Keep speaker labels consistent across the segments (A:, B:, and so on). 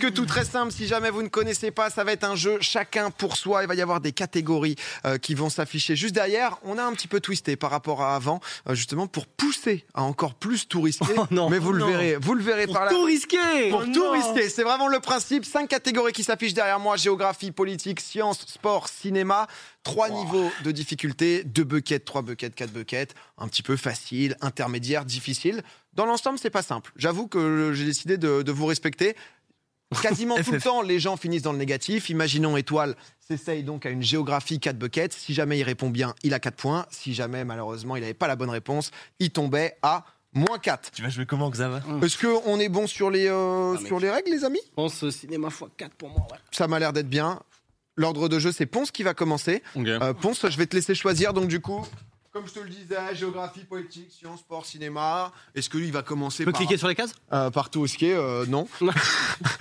A: que tout très simple, si jamais vous ne connaissez pas, ça va être un jeu chacun pour soi. Il va y avoir des catégories euh, qui vont s'afficher juste derrière. On a un petit peu twisté par rapport à avant, euh, justement pour pousser à encore plus tout risquer.
B: Oh non,
A: Mais vous le
B: non.
A: verrez, vous le verrez
B: Pour
A: par là.
B: tout risquer
A: Pour tout
B: Oh non.
A: risquer, c'est vraiment le principe. Cinq catégories qui s'affichent derrière moi géographie, politique, sciences, sport, cinéma. Trois niveaux de difficulté deux buckets, trois buckets, quatre buckets. Un petit peu facile, intermédiaire, difficile. Dans l'ensemble, c'est pas simple. J'avoue que j'ai décidé de, de vous respecter. Quasiment tout le temps, les gens finissent dans le négatif. Imaginons étoile s'essaye donc à une géographie 4 buckets. Si jamais il répond bien, il a 4 points. Si jamais, malheureusement, il n'avait pas la bonne réponse, il tombait à moins 4.
C: Tu vas jouer comment, Xav
A: Est-ce qu'on est bon sur les, euh,
B: Ah, mais-
A: sur les règles, les amis
B: Je pense euh, cinéma x4 pour moi. ouais.
A: Ça m'a l'air d'être bien. L'ordre de jeu, c'est Ponce qui va commencer. Euh, Ponce, je vais te laisser choisir. Donc, du coup, comme je te le disais, géographie, politique, sciences, sport, cinéma. Est-ce que lui, il va commencer
B: Tu peux
A: par,
B: cliquer sur les cases
A: euh, par tout ce qui est euh, Non.
D: Je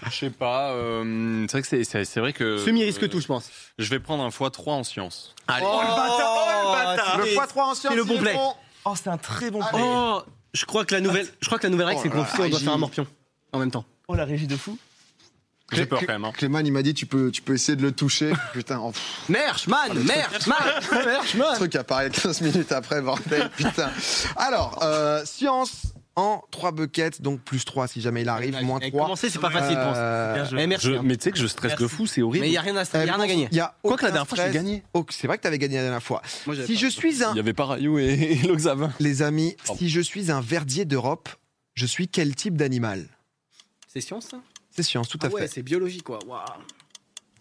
D: sais pas. euh, c'est vrai que c'est- c'est c'est vrai que.
B: Semi risque tout, je pense.
D: Je vais prendre un x3 en sciences.
A: Allez.
B: Oh, le bâtard, oh, le bâtard.
A: le
B: Et-
A: x3 en sciences,
B: et le
A: il
B: bon
A: est
B: play.
A: bon.
C: Oh, c'est un très bon
A: Allez.
C: play.
B: Oh, je crois que la nouvelle, je crois que la nouvelle règle,
A: Oh
B: c'est
A: là
B: qu'on
A: là,
B: on doit
A: j'ai-
B: faire un morpion en même temps.
C: Oh, la régie de fou.
D: J'ai peur quand même. hein.
A: Clément, il m'a dit tu peux, tu peux essayer de le toucher. Putain, oh, pff,
B: Merch, man, merch, man, merch, man.
A: truc apparaît 15 minutes après, bordel, putain. Alors, euh, sciences en 3 buckets, donc plus 3 si jamais il arrive, moins
B: Eh,
A: 3.
B: Commencer, c'est pas facile, pense.
A: Euh,
B: Mais merci.
D: Je-
B: hein.
D: mais tu sais que je stresse
B: Merci.
D: de fou, c'est horrible.
B: Mais il n'y a rien à, y
A: Euh,
B: a rien à gagner.
A: Il y a
D: Quoi que la dernière
A: aucun
D: fois, j'ai
A: stress.
D: gagné.
A: Oh, c'est vrai que t'avais gagné la dernière fois.
B: Moi, j'avais
A: Si
B: pas-
A: je suis un,
D: Il y avait pas Rayou et, et le Xav.
A: les amis,
B: Oh.
D: Pardon.
A: si je suis un verdier d'Europe, je suis quel type d'animal
B: C'est science, ça
A: C'est science, tout à
B: Ah ouais,
A: fait.
B: c'est biologie, quoi. Waouh.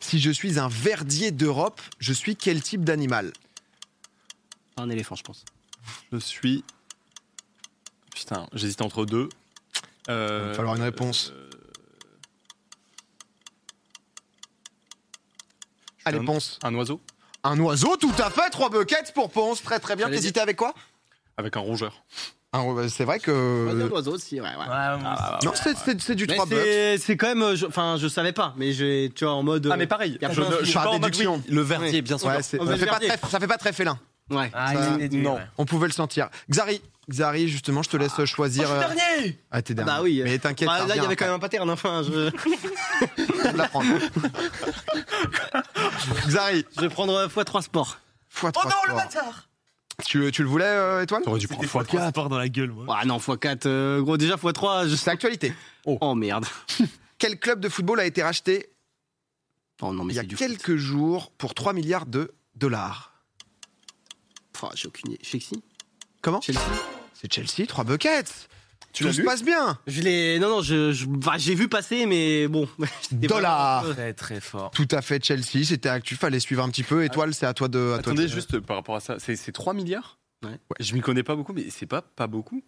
A: Si je suis un verdier d'Europe, je suis quel type d'animal
B: Un éléphant, je pense.
D: Je suis. Putain, j'hésite entre deux. Euh,
A: Il va falloir une réponse.
D: euh, je suis
A: Allez,
D: un-
A: Ponce.
D: Un oiseau
A: Un oiseau, tout à fait. Trois buckets pour Ponce. Très très bien.
B: J'allais
A: T'hésitais avec quoi
D: avec un rongeur.
A: Un- euh, C'est vrai
B: On
A: que.
B: dire l'oiseau aussi, ouais, Euh, ouais.
C: Ah,
B: Ah, bah,
A: Non, c'est- c'est c'est du
B: Mais
A: 3 bucks.
B: c'est- c'est quand même, euh, je- enfin, je savais pas, mais j'ai, tu vois, en mode.
D: Ah, mais
B: euh,
D: pareil,
B: y a
D: je,
B: plein de-
D: ne- je suis
A: par
D: pas en mode
A: déduction.
D: oui, Le verdier,
B: Oui.
D: bien sûr.
A: Ouais, c'est-
B: On
A: ça,
B: va
A: fait
B: le
A: pas
B: verdier.
A: très- ça fait pas très félin.
B: Ouais.
C: Ah,
A: Ça-
D: non.
A: On pouvait le sentir. Xari, Xari, justement, je te
B: Ah.
A: laisse
B: Oh,
A: choisir. euh,
C: Oh, dernier
A: Ah, t'es dernier.
B: Bah oui.
A: Mais t'inquiète,
B: Bah,
A: ça
B: là, il
A: revient
B: y
D: hein.
B: avait quand même un pattern, enfin, je,
A: après, on va l'apprendre. Xari,
B: je vais prendre euh, x3 sport.
A: x3
C: Oh non, le
A: sport.
C: bâtard
A: tu, tu le voulais, euh, Étoile
D: T'aurais dû
C: C'était
D: prendre
C: fois
D: fois
C: trois
D: 4.
C: sports dans la gueule, moi.
B: Ah non, x4, euh, gros, déjà x3, je
A: C'est actualité.
B: Oh merde.
A: Quel club de football a été racheté
B: Oh non, mais
A: il y a
B: c'est du
A: quelques jours pour 3 milliards de dollars
B: foot. Oh, j'ai aucune idée. Chelsea
A: Comment
B: Chelsea
A: C'est Chelsea, 3 buckets.
D: Tu
A: Tout
D: l'as
A: se
D: vu
A: passe bien.
B: Je l'ai. Non, non, je, je- bah, j'ai vu passer, mais bon. j'étais pas- Euh,
A: Dollars.
C: Très, très fort.
A: Tout à fait, Chelsea, c'était actu, fallait suivre un petit peu. Étoile, c'est à toi de. À toi de-
D: Attendez, juste par rapport à ça, c'est c'est 3 milliards
B: Ouais.
D: Je m'y connais pas beaucoup, mais c'est pas pas beaucoup.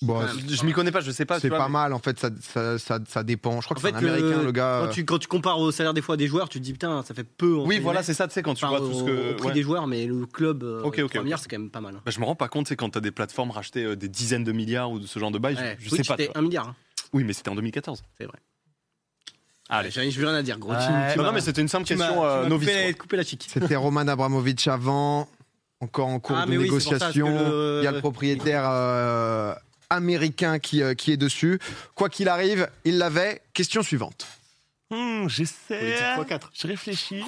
A: Bon,
B: Ouais,
D: Je je m'y connais pas, je sais pas.
A: c'est
D: tu vois,
A: pas
D: mais-
A: mal en fait, ça, ça, ça, ça dépend. Je crois
B: En
A: que c'est
B: fait,
A: un américain,
B: euh,
A: le gars.
B: Quand
A: euh,
B: tu, quand tu compares au salaire des fois des joueurs, tu te dis putain, ça fait peu. entre
D: Oui,
B: guillemets,
D: voilà, c'est ça, tu sais, quand tu
B: par-
D: vois tout ce
B: au-
D: que.
B: au prix
D: ouais.
B: des joueurs, mais le club. Euh,
D: Ok, ok,
B: 3
D: ok.
B: milliards, c'est quand même pas mal. hein.
D: Bah, je me rends pas compte, c'est quand t'as des plateformes rachetées euh, des dizaines de milliards ou de ce genre de bail, je-
B: Ouais,
D: je,
B: Twitch,
D: sais pas. tu
B: C'était
D: vois.
B: 1 milliard. hein.
D: Oui, mais c'était en 2014.
B: C'est vrai.
D: Allez.
B: J'ai j'ai rien à dire, gros.
C: Ouais.
B: Tu- tu
C: Non,
D: Non,
B: m'as-
D: non, mais c'était une simple
B: tu m'as-
D: question
B: tu
D: euh,
B: m'as
D: novice.
B: coupé-
D: quoi.
B: coupé la chic.
A: C'était Roman Abramovich avant, encore en cours
B: Ah,
A: de
B: mais oui, c'est pour ça, parce que
A: négociation.
B: le-
A: Il y a le propriétaire euh, américain qui, euh, qui est dessus. Quoi qu'il arrive, il l'avait. Question suivante.
C: Hum, j'essaie.
B: Politique fois quatre.
C: Je réfléchis.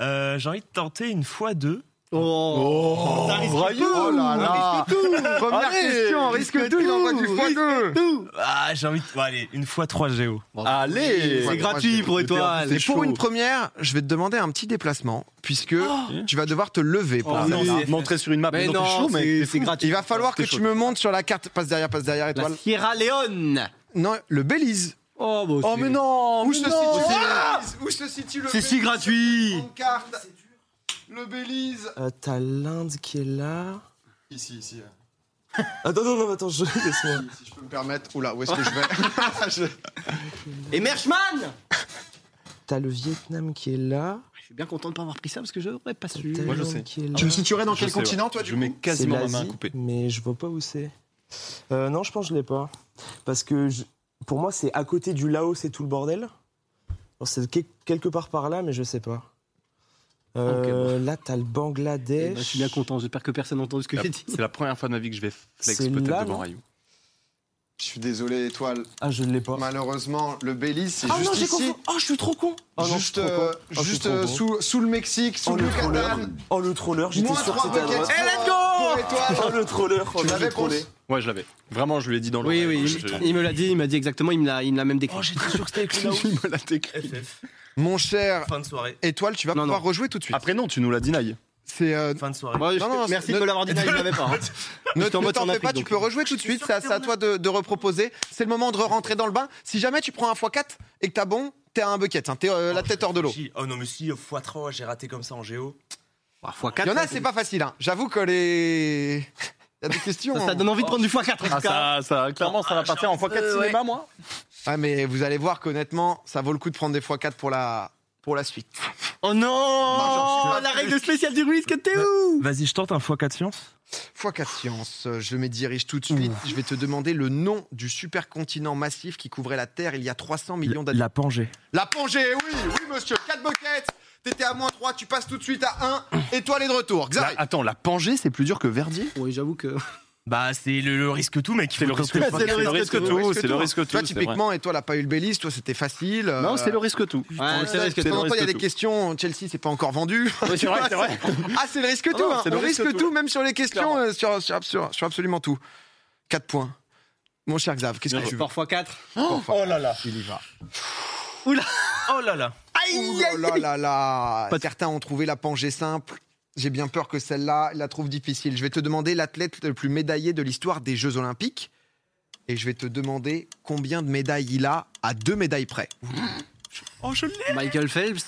C: Euh, J'ai envie de tenter une fois deux.
B: Oh, ça risque
A: Rayou,
B: tout.
A: oh là là.
B: On risque tout.
A: Première
B: Allez,
A: question, on risque tout, il envoie du
B: risque
A: x2.
B: tout.
C: Ah, j'ai envie de. Bon, allez, une fois trois géo.
D: Allez
B: C'est
A: Ouais,
B: gratuit
A: moi,
B: pour
D: je-
B: étoile.
D: C'est
A: Et pour
D: chaud.
A: une première, je vais te demander un petit déplacement, puisque tu vas devoir te lever. pour
B: Oh,
D: Ah,
A: faire
B: oui.
A: ça.
D: non, Montrer sur une map,
B: Mais
D: non, t'es
B: non,
D: chaud, mec,
B: c'est-
D: t'es
B: c'est
D: fou.
B: gratuit.
A: Il va falloir que
D: T'es
A: tu
D: chaud.
A: me montres sur la carte. Passe derrière, passe derrière,
B: La
A: étoile.
B: Sierra Leone.
A: Non, le Belize.
B: Oh, bah,
D: Oh,
B: c'est-
D: mais non
A: Où
D: mais
A: se
D: non.
A: situe le Belize Où se situe le
B: C'est si
A: Belize
B: gratuit.
A: Grande carte. Le Belize.
E: Euh, T'as l'Inde qui est là.
A: Ici, ici. euh,
E: Attends, non, non, attends, je laisse-moi.
A: Si, si je peux me permettre. Oula, où est-ce que je vais Je-
B: Et Merchman
E: T'as le Vietnam qui est là.
B: Je suis bien content de pas avoir pris ça parce que je n'aurais pas su.
E: T'as
D: Moi, je
E: l'Inde
D: sais.
E: Qui est là.
A: Tu me situerais dans
D: Je
A: quel
D: sais, ouais.
A: continent, toi, du
D: Je
A: coup
D: mets
E: C'est
D: quasiment ma main à
E: l'Asie,
D: couper.
E: mais je vois pas où c'est. Euh, non, je pense que je l'ai pas. Parce que je- pour moi, c'est à côté du Laos et tout le bordel. Alors, C'est quel- quelque part par là, mais je sais pas. Euh, Là, t'as le
B: Eh
E: Bangladesh.
B: ben, je suis bien content, j'espère que personne n'a entendu ce que j'ai dit.
D: C'est la première fois de ma vie que je vais flex
E: C'est
D: peut-être
E: là,
D: devant
E: non
D: Rayou.
F: Je suis désolé, étoile.
E: Ah, je ne l'ai
D: Oh.
E: pas.
F: Malheureusement, le Belize, c'est
E: Ah
F: juste
E: non, j'ai
F: ici.
E: confondu. Oh, je suis trop con.
A: Ah
E: Oh, non, je suis
F: juste
E: trop con.
F: euh,
E: Oh, je suis
F: juste,
E: trop
F: euh,
E: con.
F: sous, sous le Mexique, sous
E: Oh,
F: le
E: le trolleur.
F: Canada.
E: Oh, le troller. J'étais
F: Moins
E: sûr que
F: 3
E: c'était à droite.
F: buckets
B: Eh, let's
F: pour
B: go
E: Oh,
F: étoile.
E: le troller. Oh,
F: Tu
E: là,
F: l'avais,
E: j'ai trollé.
F: Ponce
D: Ouais, je l'avais. Vraiment, je lui ai dit dans le.
B: Oui, oui, il- il me l'a dit, il m'a dit exactement, il me l'a il me l'a même décrit.
C: Oh, j'étais sûr que c'était avec le Laos.
D: Il me l'a décrit.
C: FF.
A: Mon cher
C: Fin de soirée.
A: Étoile, tu vas
B: Non,
A: pouvoir
B: non.
A: rejouer tout de suite.
D: Après, non, tu nous l'as deny.
A: C'est euh,
C: Fin de soirée.
B: Moi, je-
A: Non, non,
B: merci
A: ne-
B: de me l'avoir dit, non, il ne l'avait pas. hein.
A: Ne, ne
B: J'étais en mode
A: t'en
B: en
A: fais
B: Afrique,
A: pas, tu
B: donc. euh,
A: peux rejouer tout de suite, c'est à, c'est à toi de, de reproposer. C'est le moment de re-rentrer dans le bain. Si jamais tu prends un x4 et que t'as bon, t'es à un bucket, hein, t'es euh, la
C: Oh,
A: tête
C: je
A: hors de l'eau.
C: réfléchis. Oh non, mais si, x3, j'ai raté comme ça en géo.
B: Ah, fois
A: Il
B: 4.
A: y en a, c'est pas facile, hein. j'avoue que les. Il y a des questions.
B: Ça,
A: hein.
B: ça donne envie de prendre du x4 en tout cas.
D: Ah, ça, ça, clairement, ça va partir en x4
C: euh,
D: cinéma, moi.
A: Ah, mais vous allez voir qu'honnêtement, ça vaut le coup de prendre des x4 pour la, pour la suite.
B: Oh non La règle spéciale du risque, t'es où
C: Vas-y, je tente un x4 science.
A: x4 science, je me dirige tout de suite. Je vais te demander le nom du supercontinent massif qui couvrait la Terre il y a 300 millions d'années.
C: Pangée.
A: La Pangée, oui, oui, monsieur. 4 buckets. T'étais à moins 3, tu passes tout de suite à 1. Étoile est de retour.
D: La-
A: Xavier.
D: attends, la Pangée, c'est plus dur que Verdier
B: Oui, j'avoue que.
C: Bah, c'est le, le risque tout, mec.
D: C'est le risque
B: le
D: tout. C'est le risque tout. C'est le risque
A: Toi,
D: tout. c'est vrai.
A: typiquement, et toi, la pas eu le Bélis, toi, c'était facile. euh,
D: Non, c'est le risque tout.
B: Ouais, c'est le risque
A: De temps en
D: le
A: temps, il y a
D: risque
A: des
D: tout.
A: questions. Chelsea, c'est pas encore vendu.
D: Oui, c'est vrai, c'est vrai.
A: Ah, c'est le risque
D: Ah
A: tout.
D: non,
A: hein.
D: c'est le
A: On
D: risque
A: risque tout.
D: tout.
A: même sur les questions,
D: Clairement.
A: euh, sur, sur, sur- sur absolument tout. 4 points. Mon cher Xav, qu'est-ce que
D: Bien
A: tu veux
B: Sport x4.
A: Oh
C: là là.
A: Il y va.
C: Oh là là.
A: Ouh là là là Certains ont trouvé la Pangée simple. J'ai bien peur que celle-là la trouve difficile. Je vais te demander l'athlète le plus médaillé de l'histoire des Jeux Olympiques. Et je vais te demander combien de médailles il a à deux médailles près.
C: Oh, je l'ai.
B: Michael Phelps.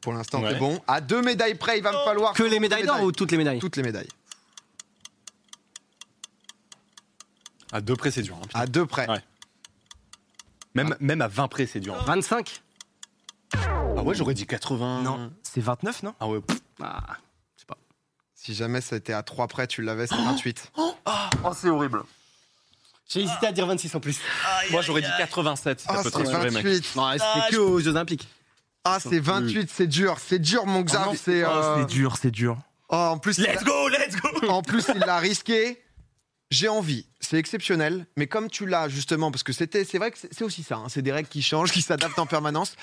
A: Pour l'instant,
D: Ouais.
A: c'est bon. À deux médailles près, il va me falloir.
B: Que les médailles d'or
A: médailles.
B: ou toutes les médailles
A: Toutes les médailles.
D: À 2 près, c'est dur. hein, putain.
A: À deux près.
D: Ouais. Même, même à 20 près, c'est dur.
B: 25
D: Ah ouais, j'aurais dit 80.
C: Non, c'est 29, non
D: Ah ouais. pff.
B: Ah, je sais pas.
A: Si jamais c'était à trois près, tu l'avais, c'est 28.
B: J'ai hésité à dire 26 en plus.
D: Moi, j'aurais dit 87. si
A: Ah,
D: Ça peut te
A: c'est
D: rassurer, mec.
A: 28.
B: Non, c'était que aux Jeux Olympiques.
A: Ah, c'est 28, c'est dur. C'est dur, mon Xav. c'est. euh,
C: C'est dur, c'est dur.
A: oh, en plus, il a-
C: Let's go, let's go
A: En plus, il l'a risqué. J'ai envie, c'est exceptionnel, mais comme tu l'as justement, parce que c'était, c'est vrai que c'est c'est aussi ça, hein, c'est des règles qui changent, qui s'adaptent en permanence.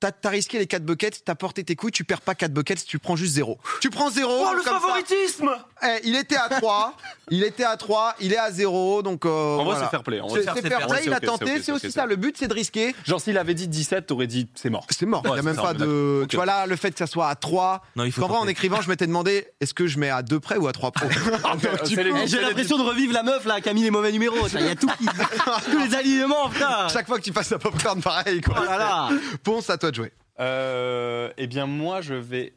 A: T'as as risqué les 4 buckets, t'as porté tes couilles, tu perds pas 4 buckets, tu prends juste 0. Tu prends 0.
B: Oh,
C: favoritisme
B: Eh,
A: Eh, il était à 3, il était à 3, il est à 0, donc. euh,
D: En vrai,
A: voilà.
D: c'est fair play. en vrai,
A: C'est
D: c'est-
A: c'est
C: c'est
A: fair
C: fair.
A: play,
D: Ouais,
A: il a
D: c'est ok,
A: tenté,
D: c'est ok,
A: c'est
D: c'est
A: aussi
D: ok.
A: ça, le but c'est de risquer.
D: Genre, s'il avait dit 17, t'aurais dit c'est mort.
A: C'est mort, il
D: Ouais,
A: n'y a
D: c'est
A: même
D: ça,
A: pas
D: on est
A: de.
D: Ok.
A: Tu vois là, le fait que ça soit à 3.
C: Non, il faut
A: En vrai, en
C: tenter.
A: écrivant, je m'étais demandé, est-ce que je mets à 2 près ou à 3 près
D: C'est les-
B: Eh, J'ai l'impression de revivre la meuf là, Camille les mauvais numéros. putain, Il y a tout qui... tous les alignements, putain.
A: Chaque fois que tu passes à popcorn, pareil quoi.
B: Oh là là.
A: Ponce, à toi de jouer.
D: Euh, eh bien, moi, je vais.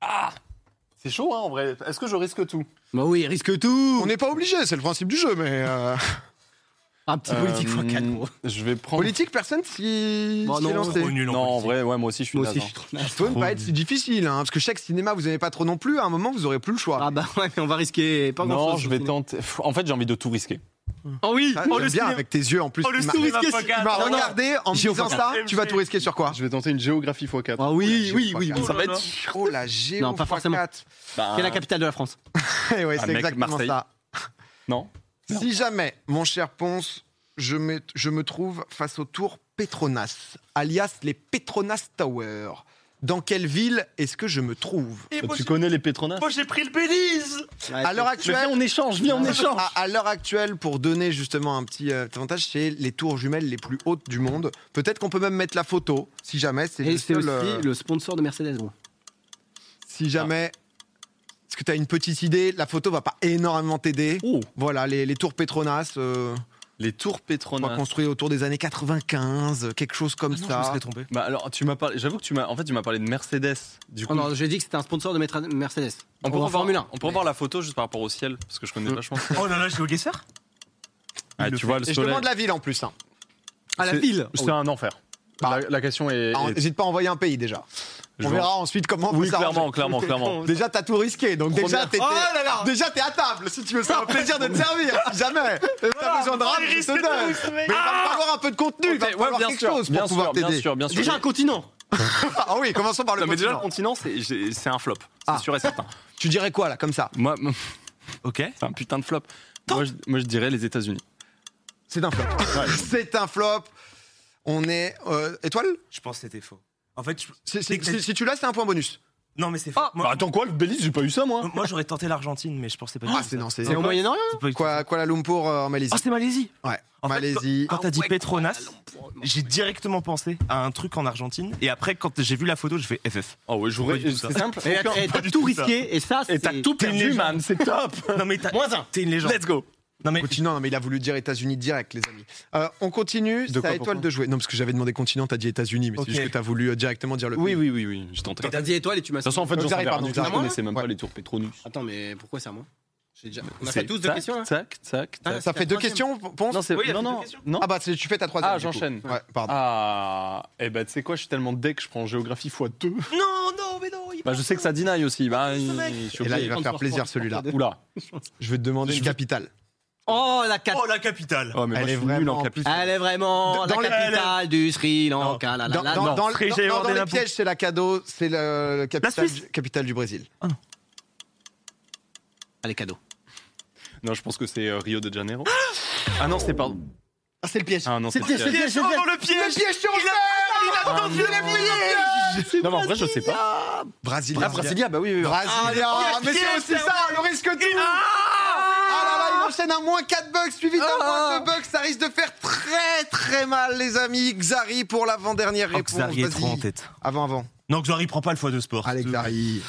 D: Ah C'est chaud, hein, en vrai. Est-ce que je risque tout
B: Bah oui, risque tout.
A: On n'est pas obligé, c'est le principe du jeu, mais. euh,
B: Un petit politique
D: Euh,
B: x 4 moi.
D: Je vais prendre.
A: Politique, personne si.
B: Bon,
A: si
B: non,
A: est lancé.
C: Trop Oh, nul en
D: Non, en
C: politique.
D: vrai, ouais, moi aussi, je suis
B: Moi aussi,
D: naze,
B: je
D: hein.
B: suis trop naze.
A: Ça peut ne pas être si difficile, hein, parce que chaque cinéma, vous n'aimez pas trop non plus, à un moment, vous aurez plus le choix.
B: Ah bah ouais, mais on va risquer pas grand
D: Non,
B: chose.
D: je vais tenter. Pff, En fait, j'ai envie de tout risquer.
B: Oh oui,
A: Ah, j'aime
B: oh le
A: bien
B: cinéma.
A: avec tes yeux en plus.
C: Oh, le
A: il m'a-
C: sourire
B: il m'a
C: fuck
B: pas-
A: il
C: out.
A: m'a
B: Non, non.
A: regardé en me disant
B: Géophocus.
A: ça, tu vas tout risquer sur quoi
D: Je vais tenter une géographie x4.
B: Ah oui, oui, oui,
A: Géo
B: oui.
A: x4.
D: Ça va être.
A: Oh la géo
B: Non, pas forcément.
A: x4.
D: Bah,
B: C'est la capitale de la France.
A: Eh ouais,
D: Ah,
A: c'est
D: mec,
A: exactement
D: Marseille.
A: ça.
D: Non.
A: Si jamais, mon cher Ponce, je me, je me trouve face au tour Petronas, alias les Petronas Tower, dans quelle ville est-ce que je me trouve
C: Et moi,
D: Tu
C: j'ai-
D: connais les Pétronas
C: moi, j'ai pris le Belize
A: À l'heure actuelle,
D: on échange, viens,
B: Ah,
D: on échange.
A: Ah, À, à l'heure actuelle, pour donner justement un petit euh, avantage, c'est les tours jumelles les plus hautes du monde. Peut-être qu'on peut même mettre la photo, si jamais. C'est
B: Et
A: le
B: c'est
A: seul,
B: aussi
A: euh,
B: le sponsor de Mercedes, gros.
A: Si jamais. Est-ce que tu as une petite idée La photo va pas énormément t'aider.
D: Oh.
A: Voilà, les, les tours Petronas, euh,
D: Les tours
A: on va
D: Pétronas.
A: construire autour des années 95, quelque chose comme
C: Non, je me
A: ça.
C: serais trompé.
D: Bah alors, tu m'as parlé. J'avoue que tu m'as. En fait, tu m'as parlé de Mercedes. Du coup,
B: Oh non, j'ai dit que c'était un sponsor de Metra- Mercedes.
D: on peut
B: en
D: voir
B: Formule 1.
D: On peut voir la photo juste par rapport au ciel parce que je connais vachement.
C: Oh là là, je suis au guesser
D: Ah, tu vois Euh, le
A: Et je te
D: soleil.
A: demande la ville en plus. hein.
B: À la
D: C'est-
B: ville.
D: C'est un enfer.
A: Bah.
D: la, la question est.
A: Ah,
D: est-
A: N'hésite pas à envoyer un pays déjà.
D: je
A: on
D: vois-
A: verra ensuite comment on
D: Oui,
A: peut s'arranger.
D: clairement, clairement, clairement.
A: Déjà, t'as tout risqué, donc déjà,
D: Première-
A: t'es déjà t'es à table. Si tu veux, c'est un plaisir de te servir. Si jamais t'as besoin de rap, je te donne. Mais il va me falloir un peu de contenu, il va me
D: Ok, ouais,
A: falloir
D: bien
A: quelque
D: sûr,
A: chose pour
D: bien
A: pouvoir
D: sûr, bien
A: t'aider.
D: sûr, bien sûr.
B: Déjà un continent.
A: Ah oui, commençons par le
D: Non, mais déjà, le
A: continent.
D: continent, c'est- j'ai- c'est un flop. C'est
A: Ah.
D: sûr et certain.
A: Tu dirais quoi là, comme ça
D: Moi,
C: Ok.
D: c'est un putain de flop. Moi je, moi, je dirais les États-Unis.
A: C'est un flop. c'est un flop. On est. euh, étoile
C: Je pense que c'était faux. En fait, je-
A: Si- si- si- Si tu l'as, c'est un point bonus.
C: non, mais c'est faux.
D: Bah,
C: moi,
D: attends quoi, le Belize, j'ai pas eu ça moi.
C: moi, j'aurais tenté l'Argentine, mais je pensais pas. du
A: Ah,
C: tout
A: c'est
C: ça.
A: non, c'est.
B: C'est au Moyen-Orient
C: C'est pas du tout
A: Quoi,
C: ça.
A: Kuala Lumpur euh, en Malaisie.
C: Ah, c'est Malaisie.
A: Ouais.
C: En fait,
A: Malaisie.
C: Quand t'as dit Petronas, j'ai directement pensé à un truc en Argentine. Et après, quand j'ai vu la photo, je fais FF.
D: Ah ouais,
C: Pas
D: j'aurais.
C: du tout ça.
D: C'est simple.
B: Et
D: aucun-
B: t'as-
D: pas
B: T'as
D: du
B: tout
D: ça.
B: risqué et ça,
D: Et
B: c'est.
D: t'as tout
C: T'es une
D: perdu,
C: légende.
D: man, c'est top.
C: Non, mais t'as-
D: Moins un.
C: t'es une légende.
D: Let's go.
C: Non, mais
A: Continent, non, mais il a voulu dire États-Unis direct, les amis. Euh, on continue, c'est
F: quoi,
A: à étoile
F: pourquoi
A: de jouer. Non, parce que j'avais demandé continent, t'as dit États-Unis, mais
C: Ok.
A: c'est juste que t'as voulu euh, directement dire le pays.
D: Oui, oui, oui, oui, j'ai tenté. De
B: T'as dit étoile et tu m'as.
D: toute façon, en fait, j'en
A: Zaré,
D: savais rien
A: pardon,
D: du tout,
A: Zaré.
D: je connaissais même
A: Ouais.
D: pas les tours Petronus.
B: Attends, mais pourquoi c'est à moi J'ai déjà. On a
D: C'est
B: fait tous deux
D: tac,
B: questions hein. là
D: Tac, tac, tac.
A: Ça fait deux questions, Ponce
D: Non, c'est.
C: Oui, il y a
D: Non,
C: fait deux
D: non,
C: questions.
D: non.
A: Ah bah c'est- tu fais ta troisième.
D: Ah,
A: du coup.
D: j'enchaîne.
A: Ouais, pardon.
D: Ah, et ben tu sais quoi, je suis tellement deck, je prends géographie x2.
C: Non, non, mais non. il-
D: Bah, je sais que ça deny aussi. Bah, il- je suis
A: Et là,
D: obligé.
A: il va faire plaisir celui-là.
D: Oula.
A: Je vais te demander une capitale.
B: Oh la cat.
C: Oh, la capitale.
D: Oh, mais
A: Elle est
D: moi, je suis nul
A: vraiment
D: en
A: en
D: capital.
B: Elle est vraiment
A: Dans les-
B: la capitale du Sri Lanka. La, la,
A: Dans,
B: la,
A: dans-
B: Ah, non.
A: dans-
C: Très
A: dans-
C: gênant,
A: dans
C: on est
A: les
C: là
A: pièges, c'est la cadeau, c'est le, le capitale,
C: Suisse.
A: du- capitale du Brésil.
B: Ah, les cadeaux.
D: Non, je pense que c'est euh, Rio de Janeiro. Ah non, c'est pardon.
A: Ah, c'est le piège.
D: Ah non, c'est
A: piège,
D: pas-
A: c'est-
C: Piège, oh, dans le piège.
A: Le piège sur le Il a tenté la piège
D: Non, mais en vrai, je sais pas.
A: Brasilia.
D: Ah, Brasilia, bah oui, oui. oui.
A: Brasilia.
C: Ah, le
A: Mais c'est
C: piège,
A: aussi
C: c'est
A: ça, le risque tout Ah là là, il enchaîne un moins 4 bucks suivi d'un moins 2 bucks. Ça risque de faire très très mal, les amis. Xari pour l'avant-dernière
C: Oh,
A: réponse.
C: Xari est trop en
A: Vas-y.
C: tête.
A: Avant, avant.
C: Non, Xari prend pas le foie de sport.
A: Allez, Xari.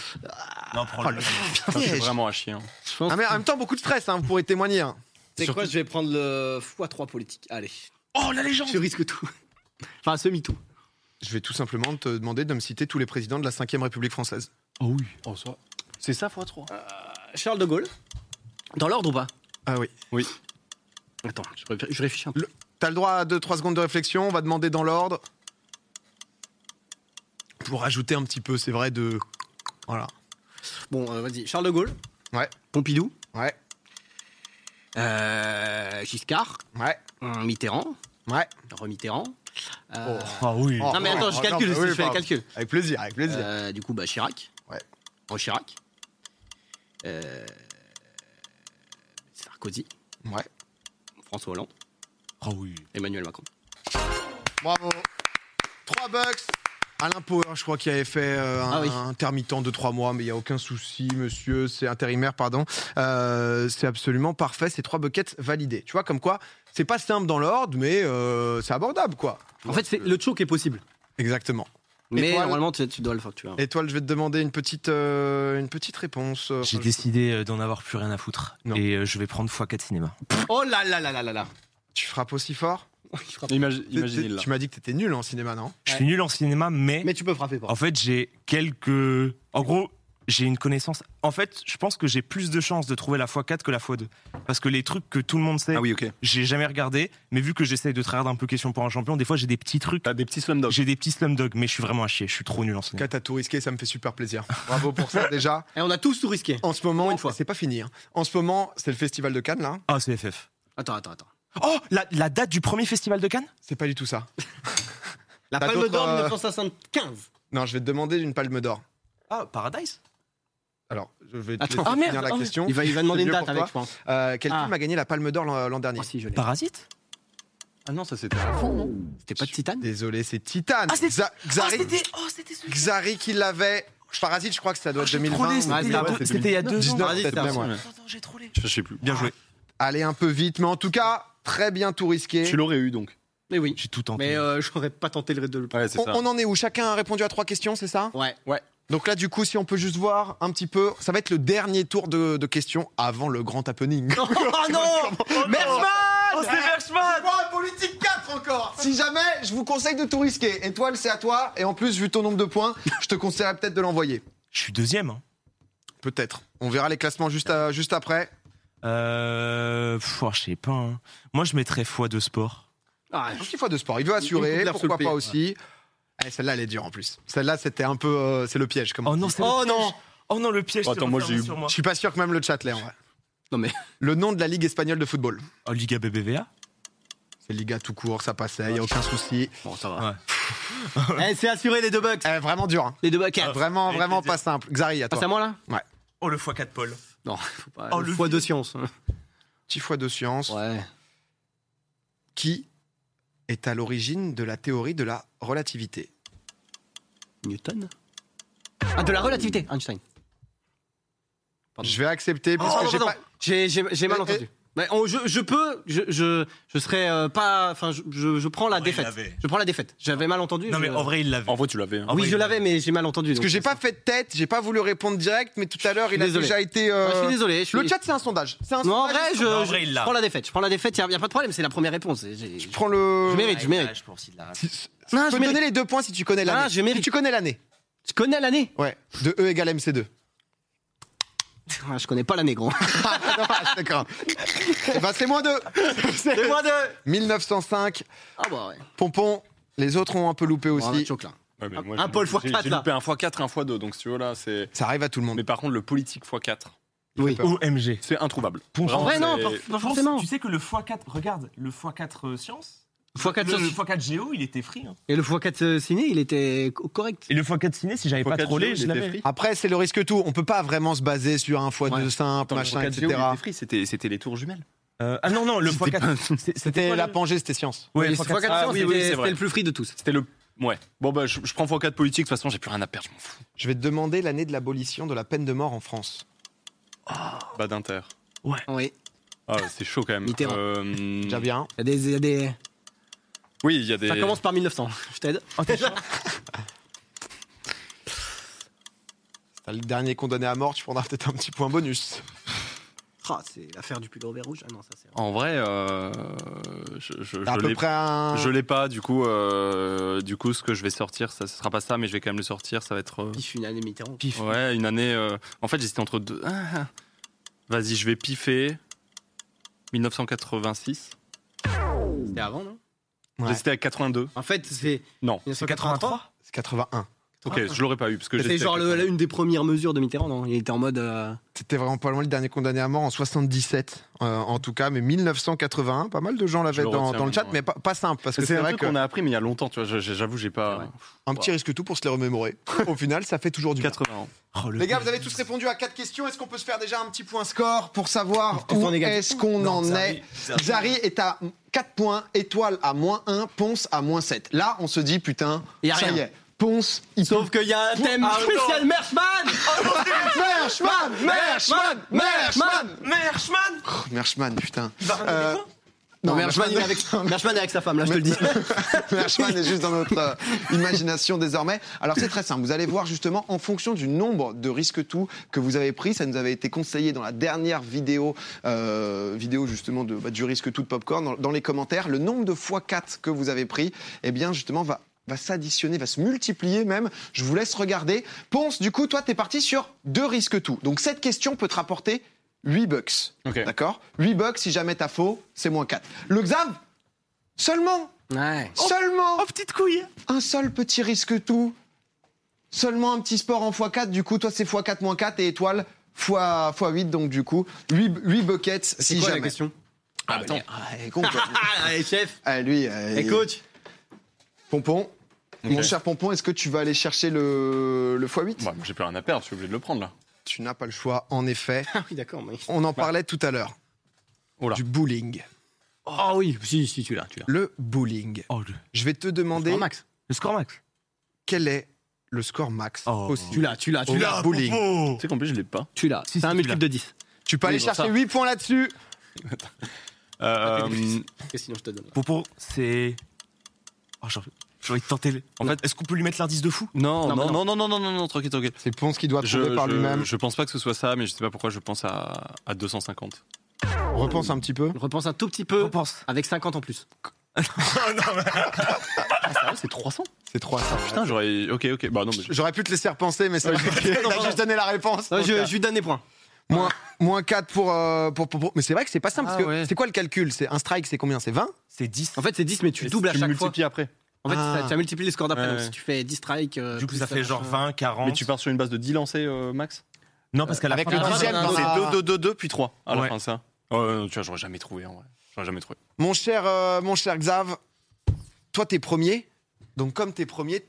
C: Non, prends le.
D: Putain, je suis vraiment à chien.
A: Ah, mais en même temps, beaucoup de stress, hein, vous pourrez témoigner. hein.
B: C'est quoi Je vais prendre le x3 politique. Allez. Oh la légende Je risque tout. Enfin, semi-tout.
A: Je vais tout simplement te demander de me citer tous les présidents de la 5ème République française.
D: Oh oui. Oh, ça. C'est ça, x3.
B: Charles de Gaulle. Dans l'ordre ou pas
A: Ah oui.
B: Attends, je, ré- je réfléchis un peu.
A: T'as le droit à 2-3 secondes de réflexion, on va demander dans l'ordre. Pour ajouter un petit peu, c'est vrai, de. Voilà.
B: Bon, euh, vas-y. Charles de Gaulle.
A: Ouais.
B: Pompidou.
A: Ouais,
B: Euh, Giscard.
A: ouais,
B: euh, Mitterrand.
A: ouais.
B: Remitterrand. Euh,
C: Ah oui.
A: Oh.
B: Non, mais attends, je
A: Oh,
B: calcule,
A: non,
B: je
A: bah oui,
B: fais un
A: pardon.
B: calcul.
A: Avec plaisir, avec plaisir.
B: Euh, du coup, bah, Chirac.
A: Ouais.
B: Roch Chirac. Euh, Sarkozy.
A: Euh, Ouais.
B: François Hollande.
A: Ah
C: Oh oui.
B: Emmanuel Macron.
A: Bravo. 3 bucks. Alain Power, je crois qu'il avait fait euh, un,
B: Ah oui.
A: un intermittent de 3 mois, mais il n'y a aucun souci, monsieur. C'est intérimaire, pardon. Euh, c'est absolument parfait. Ces 3 buckets validés. Tu vois, comme quoi, c'est pas simple dans l'ordre, mais euh, c'est abordable, quoi.
B: En fait, c'est le choc est possible.
A: Exactement.
B: Mais
A: Étoile.
B: normalement, tu, tu dois le faire. Tu vois.
A: Étoile, je vais te demander une petite, euh, une petite réponse.
C: J'ai décidé euh, d'en avoir plus rien à foutre.
A: Non.
C: Et euh, je vais prendre x4 cinéma.
B: Oh là là là là là là.
A: Tu frappes aussi fort
B: Il frappe.
D: Imagine-
A: T'es-
D: Imaginez-le.
A: Tu m'as dit que t'étais nul en cinéma, non
C: Je suis nul en cinéma, mais,
B: Mais tu peux frapper pas.
C: en fait, j'ai quelques. En gros, j'ai une connaissance. En fait, je pense que j'ai plus de chances de trouver la x4 que la x2. Parce que les trucs que tout le monde sait,
D: Ah oui, ok.
C: j'ai jamais regardé. Mais vu que j'essaye de traire un peu question pour un champion, des fois, j'ai des petits trucs.
D: T'as des petits slumdogs.
C: J'ai des petits slumdog, mais je suis vraiment à chier. Je suis trop nul en cinéma.
A: Kat t'as tout risqué, ça me fait super plaisir. Bravo pour ça déjà.
B: Et Eh, on a tous tout risqué.
A: En ce moment,
B: Pour une fois.
A: c'est pas fini. hein. En ce moment, c'est le festival de Cannes là.
C: Ah, c'est FF.
B: Attends, attends, attends.
C: Oh, la, la date du premier festival de Cannes
A: C'est pas du tout ça.
B: La
A: T'as
B: Palme
A: d'autres,
B: d'Or
A: euh,
B: 1975.
A: Non, je vais te demander une palme d'or.
C: Ah, Paradise
A: Alors, je vais te
B: Attends. Oh,
A: laisser
C: Ah, merde,
A: finir la
C: ah,
A: question.
B: Il va, il va demander
A: mieux
B: une date
A: pour
B: avec,
A: toi.
B: je pense.
A: Euh, quel
B: Ah.
A: film a gagné la palme d'or l'an l'an dernier
B: Ah si, je l'ai.
C: Parasite
D: Ah non, ça c'était avant, non
B: C'était pas de Titane
A: Désolé, c'est Titan.
C: Ah, c'est-
A: Xa- Xari,
C: Oh, c'était celui
A: Xari qui l'avait. Parasite, je crois que ça doit être
C: J'ai trop
A: 2020.
C: lé,
A: ou
C: c'était il y a
B: ouais,
C: deux-
D: c'est
C: C'était il y a deux ans.
A: 2019,
B: Parasite,
A: peut-être
B: c'est
A: même, ouais.
D: Attends,
C: j'ai trop lé.
D: Je sais plus.
C: Bien joué.
A: Allez un peu vite, mais en tout cas, très bien tout risqué.
D: Tu l'aurais eu donc.
B: Mais oui.
C: J'ai tout tenté.
B: Mais euh, j'aurais pas tenté le de le
D: Ouais, c'est
A: On,
D: ça.
A: on en est où Chacun a répondu à trois questions, c'est ça
B: Ouais.
A: Donc là, du coup, si on peut juste voir un petit peu, ça va être le dernier tour de, de questions avant le grand happening.
B: Oh non
C: Oh, c'est Berchman
A: Bon, politique 4 encore Si jamais, je vous conseille de tout risquer. Étoile, c'est à toi. Et en plus, vu ton nombre de points, je te conseillerais peut-être de l'envoyer.
C: Je suis deuxième. hein.
A: Peut-être. On verra les classements juste, à- juste après.
C: Euh, pff, oh, je sais pas. hein. Moi, je mettrais foi de sport.
B: Ah,
A: Un petit fois de sport. Il veut
B: Une
A: assurer,
B: coupe d'air
A: pourquoi
B: sur le
A: pas
B: pied.
A: aussi. Eh, celle-là, elle est dure en plus. Celle-là, c'était un peu. euh, c'est le piège. Comment
C: Oh
A: on
C: non,
A: dit.
C: c'est oh, non Oh non, le piège.
D: Oh,
C: s'est
D: attends, moi,
C: refermé
D: j'ai eu-
C: sur moi.
A: Je suis pas sûr que même le chat l'ait en vrai.
B: Non, mais-
A: Le nom de la Ligue espagnole de football.
C: Oh, Liga BBVA
A: C'est Liga tout court, ça passait, il a aucun souci.
B: Bon, ça va. Eh, c'est assuré les deux bucks.
A: Eh, vraiment dur. hein.
B: Les deux
C: Ah,
B: bucks.
A: Vraiment,
C: avec
A: vraiment
C: plaisir.
A: pas simple. Xari, à
B: Ah,
A: toi.
B: c'est à moi là
C: Oh, le x4 Paul.
B: Non, faut pas.
C: Oh,
B: le
C: le
B: fois
C: vieux.
B: de science.
A: Petit fois de science.
B: Ouais.
A: qui est à l'origine de la théorie de la relativité
B: Newton Ah, de la relativité, Einstein. Pardon.
A: Je vais accepter parce que
B: Oh,
A: j'ai
B: pardon,
A: pas...
B: pardon. J'ai- j'ai j'ai mal
C: Eh,
A: Mais,
B: entendu. Mais on- je, je peux, je, je, je serai euh, pas. Enfin, je, je, je prends la
C: il
B: défaite.
C: l'avait.
B: Je prends la défaite. J'avais mal entendu.
C: Non,
B: je-
C: mais en vrai, il l'avait.
D: En vrai, tu l'avais. hein.
B: Ah
C: en
B: oui,
C: vrai,
B: je
C: il-
B: l'avais, mais j'ai mal entendu.
A: Parce
B: donc euh,
A: que j'ai
B: ça-
A: pas fait de tête, j'ai pas voulu répondre direct, mais tout à l'heure il a
B: Désolé.
A: déjà été. euh,
B: Ouais, je suis désolé. Je suis...
A: Le chat c'est un sondage. C'est un
B: Non, en
A: sondage.
B: vrai, je,
C: Non, en vrai, il
B: je
C: l'a.
B: prends la défaite. Je prends la défaite. Il n'y a, y a pas de problème. C'est la première réponse. J'ai- j'ai-
A: Je
B: Je,
A: prends le.
B: mérite, je mérite.
G: Je pense qu'il l'a raté.
A: Si- si-
B: Non,
A: Je
B: je
A: peux te
B: mérite.
A: donner les deux points si tu connais l'année.
B: Ah, je mérite.
A: Si tu connais l'année.
B: Tu connais l'année
A: Ouais. De E égale MC2.
B: Ah, Je connais pas l'année, gros.
A: D'accord. Eh ben, c'est moins deux.
B: C'est moi de.
A: 1905.
B: Ah bah ouais.
A: Pompon. Les autres ont un peu loupé
B: Bon, on va
A: aussi.
B: choc là.
D: Ouais, mais
B: Un-
D: moi,
B: un
D: j'ai-
B: Paul fois
D: j'ai-
B: quatre,
D: J'ai
B: là.
D: loupé un x4, un x2, donc si tu veux là, c'est.
A: Ça arrive à tout le monde.
D: Mais par contre, le politique x4,
B: Oui.
A: peur.
C: Ou MG.
D: c'est introuvable.
B: En vrai, non, pas, pas forcément.
C: Tu sais que le x4, regarde, le x4 euh, science,
B: x4
C: le, le
B: science.
C: x4 géo, il était free. hein.
B: Et le x4 euh, ciné, il était co- correct.
C: Et le x4 ciné, si j'avais pas trollé, je l'avais.
A: Après, c'est le risque tout. On peut pas vraiment se baser sur un fois deux
B: Ouais.
A: simple, machin, etc.
D: C'était c'était les tours jumelles.
C: Euh, ah non, non, le x4. c'est-
A: C'était
C: quoi,
A: la
C: le-
A: Pangée, c'était science.
C: Ouais,
B: Mais
C: le
B: le
C: x4.
B: x4
D: ah
B: science,
D: oui, oui, c'est
B: c'était c'était
D: vrai.
B: le plus free de tous.
D: C'était le. Ouais. Bon, bah, je, je prends x4 politique, de toute façon, j'ai plus rien à perdre, je m'en fous.
A: Je vais te demander l'année de l'abolition de la peine de mort en France.
D: Hmm. Bad Inter.
B: Oui.
D: Ah, ouais, c'est chaud quand même.
B: Mitterrand.
D: Euh,
A: Déjà bien.
B: Il y a des- il y a des.
D: Oui, il y a des.
B: Ça commence par 1900. Je t'aide.
A: T'as le dernier condamné à mort, tu prendras peut-être un petit point bonus.
B: Ah, c'est l'affaire du plus gros verre rouge. Ah non, ça c'est.
D: En vrai, euh, je, je,
A: T'as à
D: je
A: peu
D: l'ai-
A: près un.
D: je l'ai pas, du coup, euh, du coup, ce que je vais sortir, ça, ce sera pas ça, mais je vais quand même le sortir, ça va être. euh,
B: Pif une année Mitterrand.
C: Pif.
D: Ouais, une année. euh, En fait, j'hésitais entre deux. Ah, ah. Vas-y, je vais piffer. 1986.
B: C'était avant, non
A: Ouais.
D: J'hésitais à 82.
B: En fait, c'est.
D: Non.
C: C'est 83
A: C'est 81.
D: Ok, je l'aurais pas eu parce que
B: C'était
D: j'hésitais à
B: genre le-
D: 82.
B: une des premières mesures de Mitterrand, non Il était en mode. euh,
A: C'était vraiment pas loin le dernier condamné à mort en 77, euh, en tout cas, mais 1981. Pas mal de gens l'avaient
D: Je le
A: dans,
D: retiens
A: dans le chat,
D: maintenant,
A: mais pas, pas simple, parce que
D: C'est
A: c'est
D: un
A: vrai
D: truc
A: que
D: qu'on a appris, mais il y a longtemps, tu vois. je- je- J'avoue, j'ai pas.
A: un petit risque tout pour se les remémorer. Au final, ça fait toujours du bien.
D: 80 ans.
C: Oh, le-
A: Les gars, vous avez tous répondu à quatre questions. Est-ce qu'on peut se faire déjà un petit point score pour savoir
B: Tout
A: où
B: en égalité.
A: est-ce qu'on
C: Non,
A: en
C: Xari,
A: est
C: Xari.
A: Zari est à 4 points, Étoile à moins 1, Ponce à moins 7. Là, on se dit, putain,
B: Y a
A: ça
B: rien.
A: y est. Ponce, il
B: Sauf qu'il y a un thème
C: Ah,
B: spécial Merchman
A: Merchman Merchman Merchman
C: Merchman
A: Merchman, putain.
C: Il va
A: Euh,
C: ramener
B: Non, Merchman, il est avec, Merchman est avec sa femme, là, je te le dis.
A: Merchman est juste dans notre euh, imagination désormais. Alors c'est très simple, vous allez voir justement en fonction du nombre de risques tout que vous avez pris, ça nous avait été conseillé dans la dernière vidéo, euh, vidéo justement de, bah, du risque tout de Popcorn, dans, dans les commentaires, le nombre de fois 4 que vous avez pris, eh bien justement va va s'additionner, va se multiplier même. Je vous laisse regarder. Ponce, du coup, toi, t'es parti sur deux risques tout. Donc cette question peut te rapporter 8 bucks.
D: Ok.
A: D'accord 8 bucks, si jamais t'as faux, c'est moins 4. Le Xav, seulement
B: Ouais.
A: Seulement
C: Oh, petite couille
A: un seul petit risque tout. Seulement un petit sport en x4. Du coup, toi, c'est x4 moins 4 et étoile x, x8. Donc, du coup, 8, buckets
B: C'est
A: si
B: quoi la
A: jamais.
B: question bah,
A: Ah, attends. Ah, con, toi.
B: Ah, allez, chef
A: Ah, lui, euh,
B: Et coach
A: Pompon. Mon cher Pompon, est-ce que tu vas aller chercher le, le x8
D: Bah, moi, j'ai plus rien à perdre, je suis obligé de le prendre là.
A: Tu n'as pas le choix, en effet.
B: Ah oui, d'accord, mais.
A: On en parlait tout à l'heure.
D: Oh là.
A: Du bowling.
B: Ah oui, si, si, tu l'as, tu l'as.
A: Le bowling.
C: Oh, le...
A: Je vais te demander
B: Prends Max.
C: le score max.
A: quel est le score max
C: Oh.
A: possible.
B: Tu l'as, tu l'as, tu
A: Oh.
B: l'as.
A: Ah, bowling.
D: Tu sais qu'en plus, je l'ai pas.
B: Tu l'as.
C: Si,
B: C'est un
C: si,
B: multiple
C: tu
B: de 10.
A: Tu peux aller
D: Oui, bon,
A: chercher
D: ça.
A: 8 points là-dessus.
B: Ah,
D: Euh,
B: Parce que sinon, je te donne.
C: Popo, c'est. Oh, j'ai envie- j'ai envie de tenter. le-
D: En fait-
C: est-ce qu'on peut lui mettre l'indice de fou
B: Non,
D: non, non,
B: mais
D: non, non, non, non, non, non, tranquille, tranquille.
A: C'est Ponce qui doit
D: Je,
A: trouver par
D: je-
A: lui-même.
D: je pense pas que ce soit ça, mais je sais pas pourquoi je pense à, à 250.
A: Repense un petit peu.
B: Repense un tout petit
C: Je
B: peu
C: pense.
B: avec 50 en plus.
D: Ah, sérieux, c'est 300
A: C'est 300.
D: Putain, j'aurais. Ok, ok, bah non, mais.
A: J'aurais pu te laisser repenser, mais ça
B: non,
A: t'as
B: non.
A: juste donné la réponse.
B: Ouais, je, je lui donne des poins.
A: Moins, 4 pour, euh, pour, pour- pour- Mais c'est vrai que c'est pas simple.
D: Ah
A: parce que
D: ouais.
A: C'est quoi le calcul C'est un strike, c'est combien C'est 20
C: C'est 10.
B: En fait, c'est 10, mais tu
D: Et
B: doubles à
D: tu
B: chaque fois.
D: multiplies après.
B: En fait,
A: Ah.
B: ça, ça multiplie les scores d'après.
D: Ouais,
B: Donc,
D: ouais.
B: si tu fais 10 strikes. euh,
C: du coup,
B: plus
C: ça fait genre 20, 40.
D: Mais tu pars sur une base de 10 lancers, euh, max
C: Non, parce qu'à la
A: Avec
C: fin,
A: le
B: non,
A: dixième,
B: Ah, non,
A: dans
B: non,
A: la-
D: C'est 2, 2, 2, 2, puis 3 à la
C: Ouais.
D: fin, ça. Ouais, ouais, non, tu vois, j'aurais jamais trouvé en vrai. J'aurais jamais trouvé.
A: Mon cher, euh, mon cher Xav, toi, t'es premier. Donc, comme t'es premier,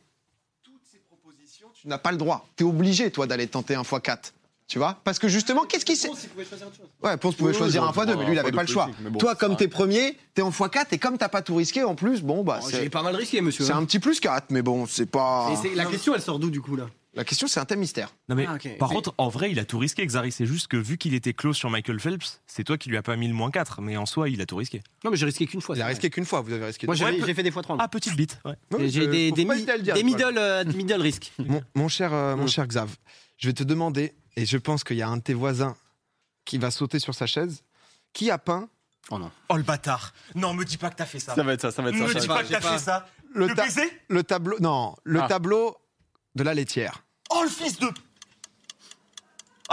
A: toutes ces propositions, tu n'as pas le droit. T'es obligé, toi, d'aller tenter un x4. Tu vois Parce que justement, qu'est-ce qui s'est.
B: pouvait choisir autre chose.
A: Ouais, Ponce pouvait choisir un x2, mais lui, il n'avait pas le choix. Toi, comme t'es premier, t'es en x4, et comme t'as pas tout risqué, en plus, bon, bah,
B: Oh, J'ai
A: c'est
B: pas mal risqué, monsieur.
A: c'est
B: hein.
A: un petit plus 4, mais bon, c'est pas.
B: Et c'est- la question, elle sort d'où du coup là
A: La question, c'est un thème mystère.
C: Non mais
B: Ah, ok.
C: par
B: Mais-
C: contre, en vrai, il a tout risqué, Xari. C'est juste que vu qu'il était clos sur Michael Phelps, c'est toi qui lui as pas mis le moins 4. Mais en soi, il a tout risqué.
B: Non, mais j'ai risqué qu'une fois.
A: Il a
B: c'est
A: risqué qu'une fois, vous avez risqué
B: vrai. Moi,
A: deux
B: j'ai
C: Ouais,
B: j'ai fait des fois 3.
C: Ah, petite bite. ouais.
A: fois. Ouais,
B: J'ai
A: je-
B: des,
A: faut
B: des,
A: pas
B: mi-
A: hésiter à le dire,
B: des
A: tu vois.
B: middle, euh, middle risk.
A: Mon, mon cher, euh, mon cher Xav, je vais te demander, et je pense qu'il y a un de tes voisins qui va sauter sur sa chaise, qui a peint
C: Oh le bâtard. Non, me dis pas que t'as fait ça.
D: Ça va être ça, ça va être
C: Ne
B: Mmh,
D: ça.
C: me
D: ça
C: dis
D: va
C: pas
D: être
C: que
D: ça.
C: t'as fait ça.
A: le,
C: Le
A: ta-
C: baiser
A: le tableau Non, le
D: Ah.
A: tableau de la laitière.
C: Oh le fils de.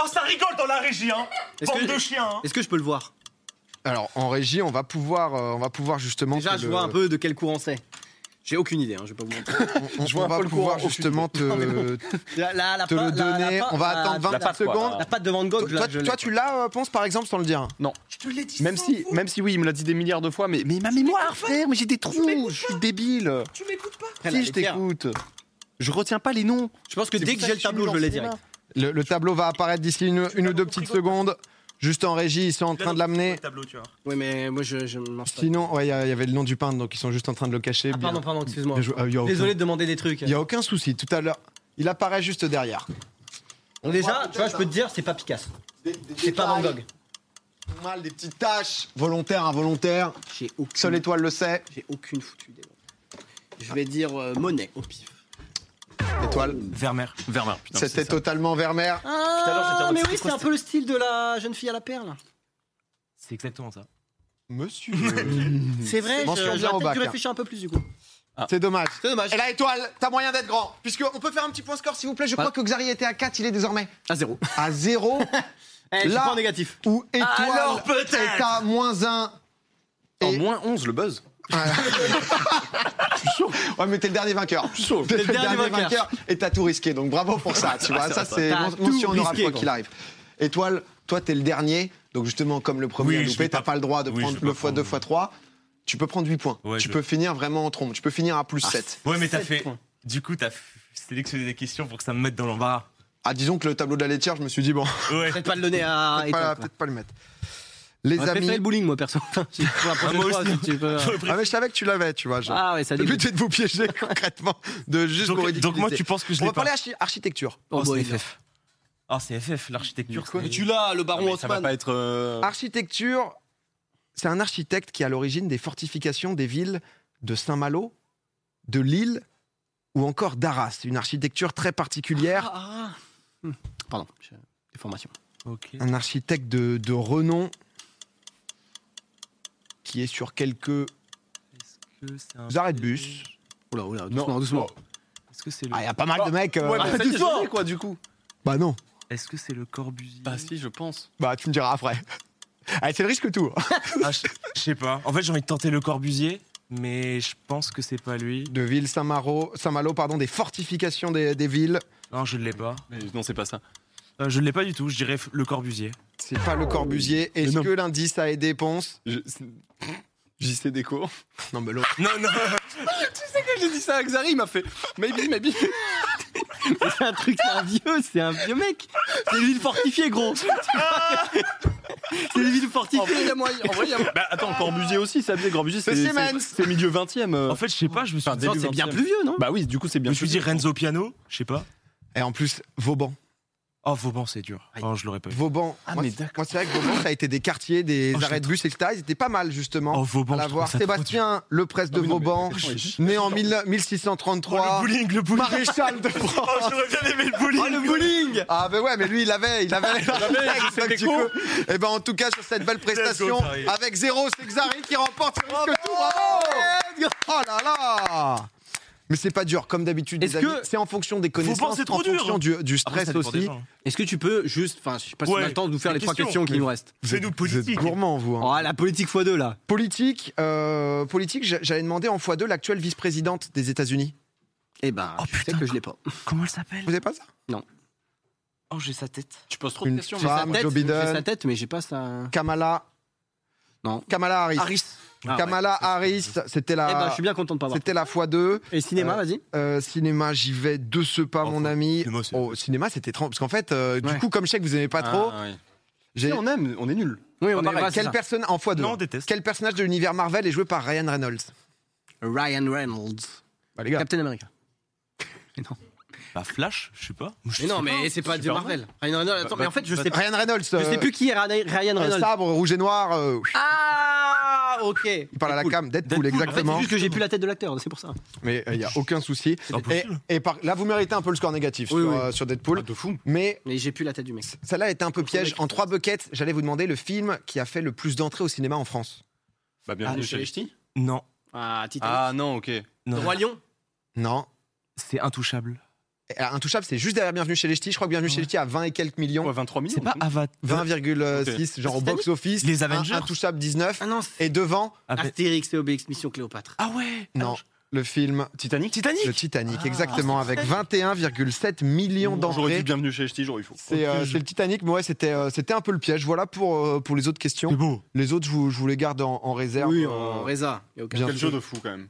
C: Oh ça rigole dans la régie, hein.
B: Est-ce
C: Bande
B: que-
C: de chiens. hein.
B: Est-ce que je peux le voir
A: Alors, en régie, on va pouvoir, euh, on va pouvoir justement.
B: Déjà,
A: te
B: je
A: le-
B: vois un peu de quel courant c'est. J'ai aucune idée, hein, je vais pas vous mentir.
A: On,
D: Je vois
A: on
D: un
A: va
D: peu le
A: pouvoir
D: courant.
A: justement te,
B: La, la- la
A: te
B: pa-
A: le
B: la- la
A: donner.
B: pa-
A: On va
B: la-
A: attendre
D: la
A: 24
D: patte, quoi,
A: secondes.
B: La patte de Van Gogh, je la-
A: Toi,
B: je l'ai,
A: toi,
B: quoi.
A: tu l'as, euh, Ponce, par exemple, sans le dire.
D: Même si, même si oui, il me l'a dit des milliards de fois, mais, mais ma mémoire, frère, mais j'ai des trous, je suis débile.
B: Après, la
D: si, je
B: laitière.
D: t'écoute. Je retiens pas les noms.
B: Je pense que
D: C'est
B: dès
D: pour
B: que
D: ça
B: j'ai le
D: que je suis
B: tableau,
D: nul
B: je
D: en
B: l'ai
D: cinéma.
B: direct.
A: Le, le tableau va apparaître d'ici une, une ou deux petites secondes. Juste en régie, ils sont en train de l'amener.
C: Le tableau, tu vois.
B: Oui, mais moi, je, je m'en fous.
A: Sinon, ouais, il y, a- il y avait le nom du peintre, donc ils sont juste en train de le cacher. euh,
B: Ah, pardon, pardon, excuse-moi. Désolé
A: Désolé.
B: de demander des trucs.
A: Il n'y a aucun souci. Tout à l'heure, il apparaît juste derrière.
B: Déjà, tu vois, je peux te dire, c'est pas Picasso. C'est pas Van Gogh.
A: Mal des petites tâches, volontaires, involontaires.
B: J'ai aucune,
A: Seule étoile le sait.
B: j'ai aucune foutue idée. Je vais dire euh, Monet, au pif.
A: Étoile.
C: Vermeer.
D: Vermeer, putain.
A: C'était totalement Vermeer.
B: Ah,
D: Tout à l'heure, j'étais en mode,
B: mais
D: c'est
B: oui,
D: quoi
B: c'est un peu le style de la jeune fille à la perle.
C: C'est exactement ça.
A: Monsieur.
B: C'est vrai,
A: Mention
B: je-
A: bien au
B: j'aurais peut-être
A: bac,
B: dû
A: hein.
B: réfléchir un peu plus du coup. Eh,
A: C'est dommage.
B: C'est dommage.
A: Et là, étoile, t'as moyen d'être grand. Puisqu'on peut faire un petit point score, s'il vous plaît. Je crois que Xari était à 4, il est désormais
B: À zéro.
A: à 0.
B: Eh, je suis
A: Là-
B: pas en négatif.
A: ou étoile
B: Alors,
A: est à moins 1.
D: En moins 11, le buzz.
A: Ouais, mais t'es le dernier vainqueur. T'es le,
B: le dernier
A: dernier vainqueur et t'as tout risqué. Donc bravo pour ça.
C: Ah,
A: Tu vois, ça, c'est
B: T'as
A: men-
B: tout
A: mention honorable
B: risqué,
A: quoi
B: gros.
A: qu'il arrive. Étoile, toi, t'es le dernier. Donc justement, comme le premier
C: Oui,
A: a
C: je
A: loupé,
C: vais
A: t'as
C: pas-
A: pas le droit de
C: oui,
A: prendre
C: je vais
A: le
C: pas
A: fois 2
C: prendre.
A: fois 3. Tu peux prendre 8 points.
C: Ouais,
A: tu
C: je- Ah.
A: peux finir vraiment en trompe. Tu peux finir à plus 7.
C: Ouais, mais t'as
B: Sept
C: fait.
B: points.
C: Du coup, t'as f- sélectionné des questions pour que ça me mette dans l'embarras.
A: Ah, disons que le tableau de la laitière, je me suis dit, bon,
C: Ouais.
B: Peut-être pas le donner à
C: Ah,
A: peut-être
B: Ethan.
A: pas,
B: quoi.
A: peut-être pas le mettre. Les
B: J'aurais préféré
A: amis.
B: le bowling, moi, perso. Pour la prochaine
C: moi
B: fois,
C: aussi.
B: si tu veux.
A: Ah, mais je savais que tu l'avais, tu vois. genre.
B: Ah ouais, ça
A: le
B: dégoûte.
A: but est de vous piéger concrètement, de juste vous
C: donc, donc
A: ridiculiser.
C: moi, tu penses que je
A: On
C: l'ai
A: va
C: pas
A: parler archi- architecture.
B: Oh,
C: Oh,
B: bah,
C: c'est
B: énorme.
C: FF. Ah, c'est FF, l'architecture.
B: Mais
C: c'est-
B: tu l'as, le baron
D: mais ça va
B: Haussmann. Ah,
D: pas être. euh,
A: Architecture, c'est un architecte qui est à l'origine des fortifications des villes de Saint-Malo, de Lille ou encore d'Arras. Une architecture très particulière.
B: Ah, ah. Hmm. Pardon, j'ai des formations.
C: Ok.
A: Un architecte de, de renom qui est sur quelques
C: Est-ce que c'est un.
A: arrêts de bus. Oh.
B: Oula, oula, doucement, doucement.
C: Est-ce que c'est le.
A: Ah, il y a pas mal de mecs. euh,
D: Ouais, mais ça,
B: tout
D: c'est
B: fort.
D: joli, quoi, du coup.
A: Bah non.
C: Est-ce que c'est le Corbusier
D: Bah si, je pense.
A: Bah tu me diras après. Ah, c'est le risque tout.
C: Ah, je je sais pas. En fait, j'ai envie de tenter le Corbusier, mais je pense que c'est pas lui.
A: De ville Saint-Malo, Saint-Malo, pardon, des fortifications des, des villes.
C: Non, je ne l'ai pas.
D: Mais non, c'est pas ça.
C: Euh, je ne l'ai pas du tout. Je dirais f- le Corbusier.
A: C'est pas le Corbusier. Est-ce
D: non.
A: que l'indice a aidé Ponce
D: Je- J'y sais des cours.
A: Non, mais l'autre.
C: Non, non.
D: J'ai dit ça à Xari, il m'a fait maybe, maybe.
B: C'est un truc, c'est un vieux, c'est un vieux mec. C'est une ville fortifiée, gros. c'est une ville
D: En
B: fortifiée.
D: vrai, il y a moyen. En vrai, il y a... Bah attends, Corbusier aussi, ça bien. Corbusier, c'est
A: C'est
D: c'est-
A: Siemens.
D: c'est milieu 20 e
C: En fait, je sais pas. Je me suis
D: Enfin,
C: dit,
D: début
B: C'est bien
D: 20e.
B: plus vieux, non
D: Bah oui, du coup, c'est
C: je
D: bien.
C: me suis dit Renzo Piano. Je sais pas.
A: Et en plus, Vauban.
C: Oh, Vauban, c'est dur. Oh, je l'aurais pas eu.
A: Vauban.
D: Ah,
A: moi,
D: mais
A: c'est-
D: d'accord.
A: moi, c'est vrai que Vauban, ça a été des quartiers, des
C: Oh, je
A: arrêts de bus, etc. Ils étaient pas mal, justement.
C: Oh, Vauban.
A: à
C: je
A: la
C: trouve
A: voir.
C: ça
A: Sébastien, le presse de
D: Ah oui, non, mais-
A: Vauban,
D: Je-
A: né en mille-
C: trop dur. Oh,
A: 1633.
C: le bowling, le bowling.
A: Maréchal de France.
C: Oh, j'aurais bien aimé le bowling.
A: bowling Ah ben ouais, mais lui il avait, il avait.
D: c'était
A: Du coup, eh ben en tout cas sur cette belle prestation,
C: Xari.
A: avec zéro, c'est Xari qui remporte. C'est risque tout, bravo Oh là là Mais c'est pas dur, comme d'habitude. les
B: Est-ce
A: amis.
B: que-
A: C'est en fonction des connaissances,
C: penser
A: en
C: trop dur.
A: fonction du, du stress
C: Après, ça dépend des
A: aussi.
C: gens.
B: Est-ce que tu peux juste, enfin, je sais pas si on a
C: Ouais,
B: le temps de nous faire
C: les
B: les trois
C: questions.
B: questions qui nous restent.
C: Fais-nous
A: Vous êtes
C: politique.
A: gourmands, vous. hein.
B: Oh, la politique x2 là.
A: Politique, euh, politique j'a- j'allais demander en x2 l'actuelle vice-présidente des États-Unis.
B: Eh ben,
C: Oh,
B: je sais
C: putain.
B: que je l'ai pas.
C: Comment elle s'appelle
A: Vous n'avez pas ça
C: Oh, j'ai sa tête.
D: Tu poses trop de
A: Une
D: questions.
B: J'ai sa
A: femme,
B: tête,
A: Joe
B: j'ai
A: Biden,
B: sa tête, mais j'ai pas sa.
A: Kamala.
B: Non.
A: Kamala Harris.
C: Harris.
B: Ah,
A: Kamala Harris, c'était
B: Eh ben,
A: la,
B: je suis bien content de pas voir.
A: c'était la x2.
B: Et cinéma, vas-y.
A: Ah. Euh, cinéma, j'y vais de ce pas,
C: Oh,
A: mon
C: faut-
A: ami.
C: cinéma, c'est-
A: Au cinéma, c'était trente. Parce qu'en fait, euh, du
B: Ouais.
A: coup, comme je sais que vous aimez pas trop,
C: Ah.
B: Ah,
A: j'ai.
D: on aime, on est nul.
B: Oui,
A: Pas
B: on
A: pareil.
B: est voilà, c'est
A: Quelle
B: ça.
A: personne en x2
C: Non, on déteste.
A: Quel personnage de l'univers Marvel est joué par Ryan Reynolds
B: Ryan Reynolds.
A: Bah, les gars.
B: Captain America.
C: Bah, Flash, je sais pas. Je
B: Mais non,
C: sais
B: mais c'est pas du Marvel. Ryan Reynolds, attends,
C: Bah,
B: mais en fait, je sais pas.
A: Ryan Reynolds.
B: Je sais
A: euh,
B: plus qui est Ryan Ryan
A: euh,
B: Reynolds.
A: Sabre, rouge et noir. euh,
B: Ah, ok.
A: il parle à la
B: Cool.
A: cam. Deadpool,
C: Deadpool,
B: En fait,
A: exactement.
B: c'est juste que j'ai plus la tête de l'acteur, c'est pour ça.
A: Mais il n'y a aucun souci.
C: C'est
A: Et,
C: impossible.
A: et par- là, vous méritez un peu le score négatif
B: Oui,
A: sur,
B: oui.
A: euh, sur Deadpool.
C: Ah, de fou.
A: Mais
B: Mais j'ai plus la tête du mec.
A: celle-là était un peu
B: Contre
A: piège.
B: mec.
A: En trois buckets, j'allais vous demander le film qui a fait le plus d'entrées au cinéma en France.
D: Bah,
B: Ah,
D: bienvenue chez
B: Ch'ti
C: Non,
B: Ah, Titanic.
D: Ah non, ok.
C: non,
B: Roi Lion
A: Non.
C: c'est intouchable.
A: Et, euh, Intouchable, c'est juste derrière Bienvenue chez les Ch'tis. Je crois que Bienvenue chez les Ch'tis a 20 et quelques millions.
D: Quoi, 23 millions
C: C'est pas Avatar.
A: 20,6 genre au
B: Titanic
A: box-office.
C: Les Avengers.
A: Un- Intouchable 19.
B: Ah non, c'est
A: Et devant,
C: Ava-
B: Astérix et Obélix, Mission Cléopâtre.
C: Ah ouais
A: non, le film
D: Titanic
A: Le
C: Titanic
A: ah, Titanic,
C: Ah.
A: exactement, avec 21,7 millions
D: J'aurais
A: d'entrées.
D: dit bienvenue chez Ch'ti, j'aurais il faut.
A: C'est euh, c'est le Titanic, mais ouais, c'était euh, c'était un peu le piège. Voilà pour, euh, pour les autres questions.
C: beau.
A: Les autres, je vous, je vous les garde en, en réserve.
B: Oui,
A: Euh,
B: en Reza. y a aucun-
A: bien
D: Quel
A: sûr.
D: jeu de fou quand même.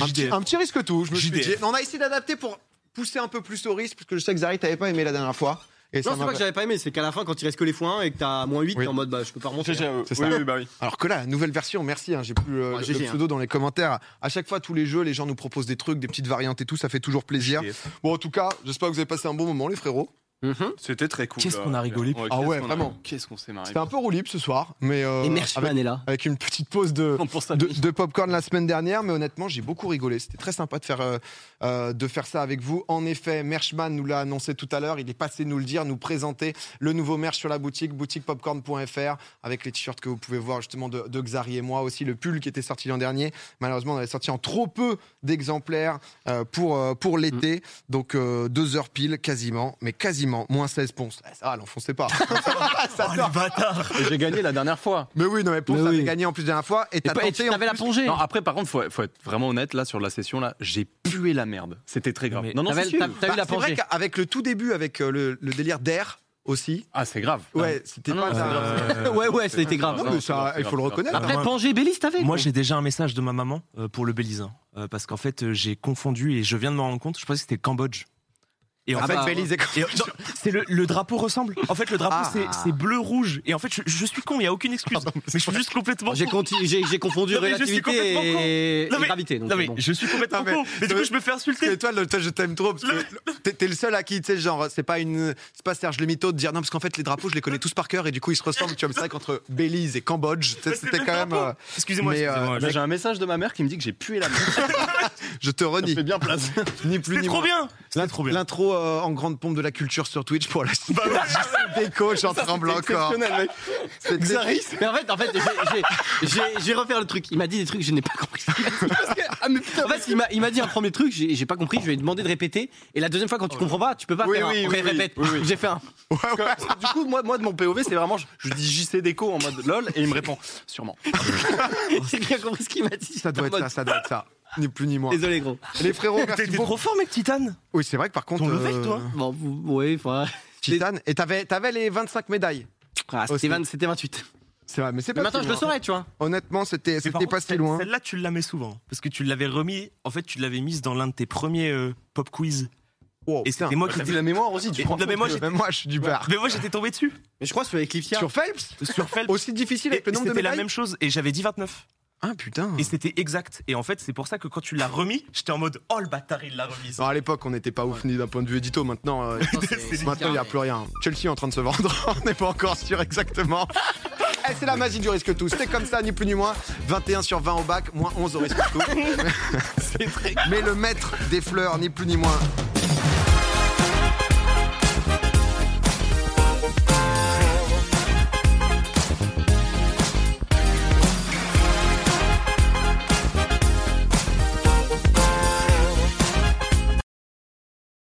A: un, petit,
C: JDF.
A: un petit risque tout. Je me suis dit.
C: JDF.
A: On a essayé d'adapter pour pousser un peu plus au risque, parce que je sais que Zari, t'avais pas aimé la dernière fois. Et ça
B: Non, c'est
A: m'a-
B: pas que j'avais pas aimé, c'est qu'à la fin, quand il reste que les fois 1 et que t'as moins 8,
A: Oui.
B: t'es en mode bah je peux pas remonter.
D: C'est ça.
A: C'est
D: Oui,
A: ça.
D: oui, bah oui.
A: Alors que là, la nouvelle version, merci, hein, j'ai plus euh,
B: Ouais,
A: le
B: GG,
A: pseudo dans les commentaires. À chaque fois, tous les jeux, les gens nous proposent des trucs, des petites variantes et tout, ça fait toujours plaisir.
C: JDF.
A: Bon, en tout cas, j'espère que vous avez passé un bon moment, les frérots.
B: Mhm.
D: C'était très cool.
C: Qu'est-ce
D: là.
C: qu'on a rigolé,
D: Ouais,
A: Ah
D: qu'est-ce
A: ouais,
D: qu'on a-
A: vraiment.
D: Qu'est-ce qu'on s'est marré.
A: C'était un peu roue libre ce soir, mais euh,
B: Et
A: avec-
B: Merchman est là.
A: avec une petite pause de,
B: Pour ça,
A: de, de popcorn la semaine dernière, mais honnêtement, j'ai beaucoup rigolé. C'était très sympa de faire, euh, euh, de faire ça avec vous. En effet, Merchman nous l'a annoncé tout à l'heure. Il est passé nous le dire, nous présenter le nouveau merch sur la boutique, boutiquepopcorn.fr, avec les t-shirts que vous pouvez voir justement de, de Xari et moi aussi. Le pull qui était sorti l'an dernier. Malheureusement, on avait sorti en trop peu d'exemplaires euh, pour, euh,
B: Mm.
A: pour l'été. Donc, euh, deux heures pile, quasiment, mais quasiment, moins 16 ponces. Ah, ça va, l'enfoncez pas. ça
C: Oh, Ah,
A: sort.
D: Et J'ai gagné la dernière fois.
A: Mais oui, non, mais ponce,
B: Oh, Mais
A: ça
B: oui.
A: avait gagné en plus de la dernière fois. Et t'as
B: pas- et
A: tenté
B: tu
A: en
B: t'avais la
A: plus-
B: plongée.
D: Non, après, par contre, faut, faut être vraiment honnête là sur la session là. J'ai pué la merde. C'était très grave.
C: Mais
D: non, non,
B: T'avais-
D: c'est sûr.
B: T'as t'as
A: Bah,
B: eu la
A: C'est vrai
B: plongée.
A: qu'avec le tout début, avec euh, le, le délire d'air aussi.
D: Ah, c'est grave.
A: Ouais, c'était
B: non,
A: pas.
B: non,
A: la-
B: c'est Ouais, ouais, ça a été grave.
A: Non,
D: Non,
A: mais
D: c'est
A: ça,
D: grave, c'est
A: il faut le
D: grave, c'est
A: reconnaître.
B: Après,
C: moi-
B: plongée, Bélis, t'avais
C: Moi,
B: quoi.
C: j'ai déjà un message de ma maman euh, pour le Bélisin. euh, parce qu'en fait, euh, j'ai confondu et je viens de m'en rendre compte. Je pensais que c'était le Cambodge. Et en
A: En
B: Ah
A: fait,
B: bah,
A: Belize est comme-
C: Et, euh, non, c'est le, le drapeau ressemble. En fait, le drapeau,
A: Ah.
C: c'est- c'est bleu-rouge. Et en fait, je, je suis con, il n'y a aucune excuse. mais je suis juste complètement.
B: J'ai
C: con.
B: conti- j'ai- j'ai confondu
C: Non, mais je suis
B: relativité
C: complètement con.
B: et,
C: Non,
B: et
C: mais-
B: gravité. donc
C: Non, mais
B: bon.
C: je suis complètement
A: Non, mais-
C: con. Mais du
A: non,
C: coup,
A: mais-
C: je me fais
A: Parce que
C: insulter.
A: toi, le- toi, je t'aime trop parce que t'es t'es le seul à qui, tu sais, genre, c'est pas une, c'est pas Serge le mytho de dire non parce qu'en fait les drapeaux, je les connais tous par cœur et du coup ils se ressemblent. Tu vois, mais c'est vrai qu'entre Belize et Cambodge, tu sais,
C: Mais c'est
A: c'était
C: le
A: quand même.
C: drapeau. Excusez-moi,
A: mais, euh,
C: excusez-moi.
D: Là, j'ai un message de ma mère qui me dit que j'ai pué la merde.
A: euh, je te
D: Ça
A: renie,
D: fait bien place.
A: ni plus
C: C'était
A: ni
C: trop
A: moins.
C: bien. C'était trop bien.
A: L'intro euh, en grande pompe de la culture sur Twitch pour la
C: Bah ouais.
A: déco, j'en tremble encore.
D: Exceptionnel,
A: C'était-
B: Mais en fait, en fait, j'ai- j'ai- j'ai- j'ai refaire le truc. Il m'a dit des trucs que je n'ai pas compris. en fait, il m'a- il m'a dit un premier truc, j'ai j'ai pas compris, je lui ai demandé de répéter. Et la deuxième fois, quand tu comprends pas, tu peux pas
D: Oui,
B: faire un
D: oui, oui,
B: ré-
D: oui,
B: répète.
D: oui, oui.
B: J'ai fait un.
A: Ah
D: mec. Parce que, Du coup, moi, moi de mon POV, c'est vraiment, je, je dis JC Déco en mode lol et il me répond sûrement.
B: J'ai bien compris ce qu'il m'a dit.
A: Ça doit
B: En
A: être ça,
B: mode,
A: ça doit être ça. Ni plus ni moins.
B: Désolé, gros.
A: Les frérots, merci
C: T'es t'es
A: beaucoup.
C: trop fort, mec, Titan.
A: Oui, c'est vrai que par contre.
C: Ton level,
A: euh,
C: toi.
B: Bon, vous- ouais, enfin.
A: Titane. Et t'avais, t'avais les 25 médailles.
B: Ah,
A: Aussi.
B: c'était 20 c'était 28.
A: Oh, C'est vrai, mais c'est
B: Mais
A: pas. hein.
B: maintenant,
A: si
B: je le
A: loin.
B: saurais, tu vois.
A: Honnêtement, c'était,
C: Mais par
A: c'était pas
C: contre,
A: si
C: celle-
A: loin.
C: Celle-là, tu l'as mis souvent. hein, Parce que tu l'avais remis. En fait, tu l'avais mise dans l'un de tes premiers euh, pop quiz.
A: Wow,
C: et
A: putain.
C: c'était moi qui.
D: T'as vu la mémoire aussi, tu
C: Et-
D: prends
C: non, mais moi, j'ai-
A: Même moi, je suis du bar.
C: Mais moi, j'étais tombé dessus.
B: Mais je crois que celui avec Lifia.
A: Sur Phelps,
C: Sur Phelps.
A: aussi difficile
C: Et
A: avec le nombre de
C: C'était
A: médailles.
C: la même chose. Et j'avais dit 29.
A: Ah putain.
C: Et c'était exact. Et en fait, c'est pour ça que quand tu l'as remis, j'étais en mode oh le bâtard, il l'a remise.
A: Non, à l'époque, on n'était pas ouf ni d'un point de vue édito. Maintenant, euh,
B: Non, c'est- c'est
A: maintenant, il n'y a
B: bizarre,
A: plus rien. Chelsea est en train de se vendre. on n'est pas encore sûr exactement. Eh, c'est la magie du risque tout. C'était comme ça, ni plus ni moins. 21 sur 20 au bac, moins 11 au risque tout. Mais le maître des fleurs, ni plus ni moins,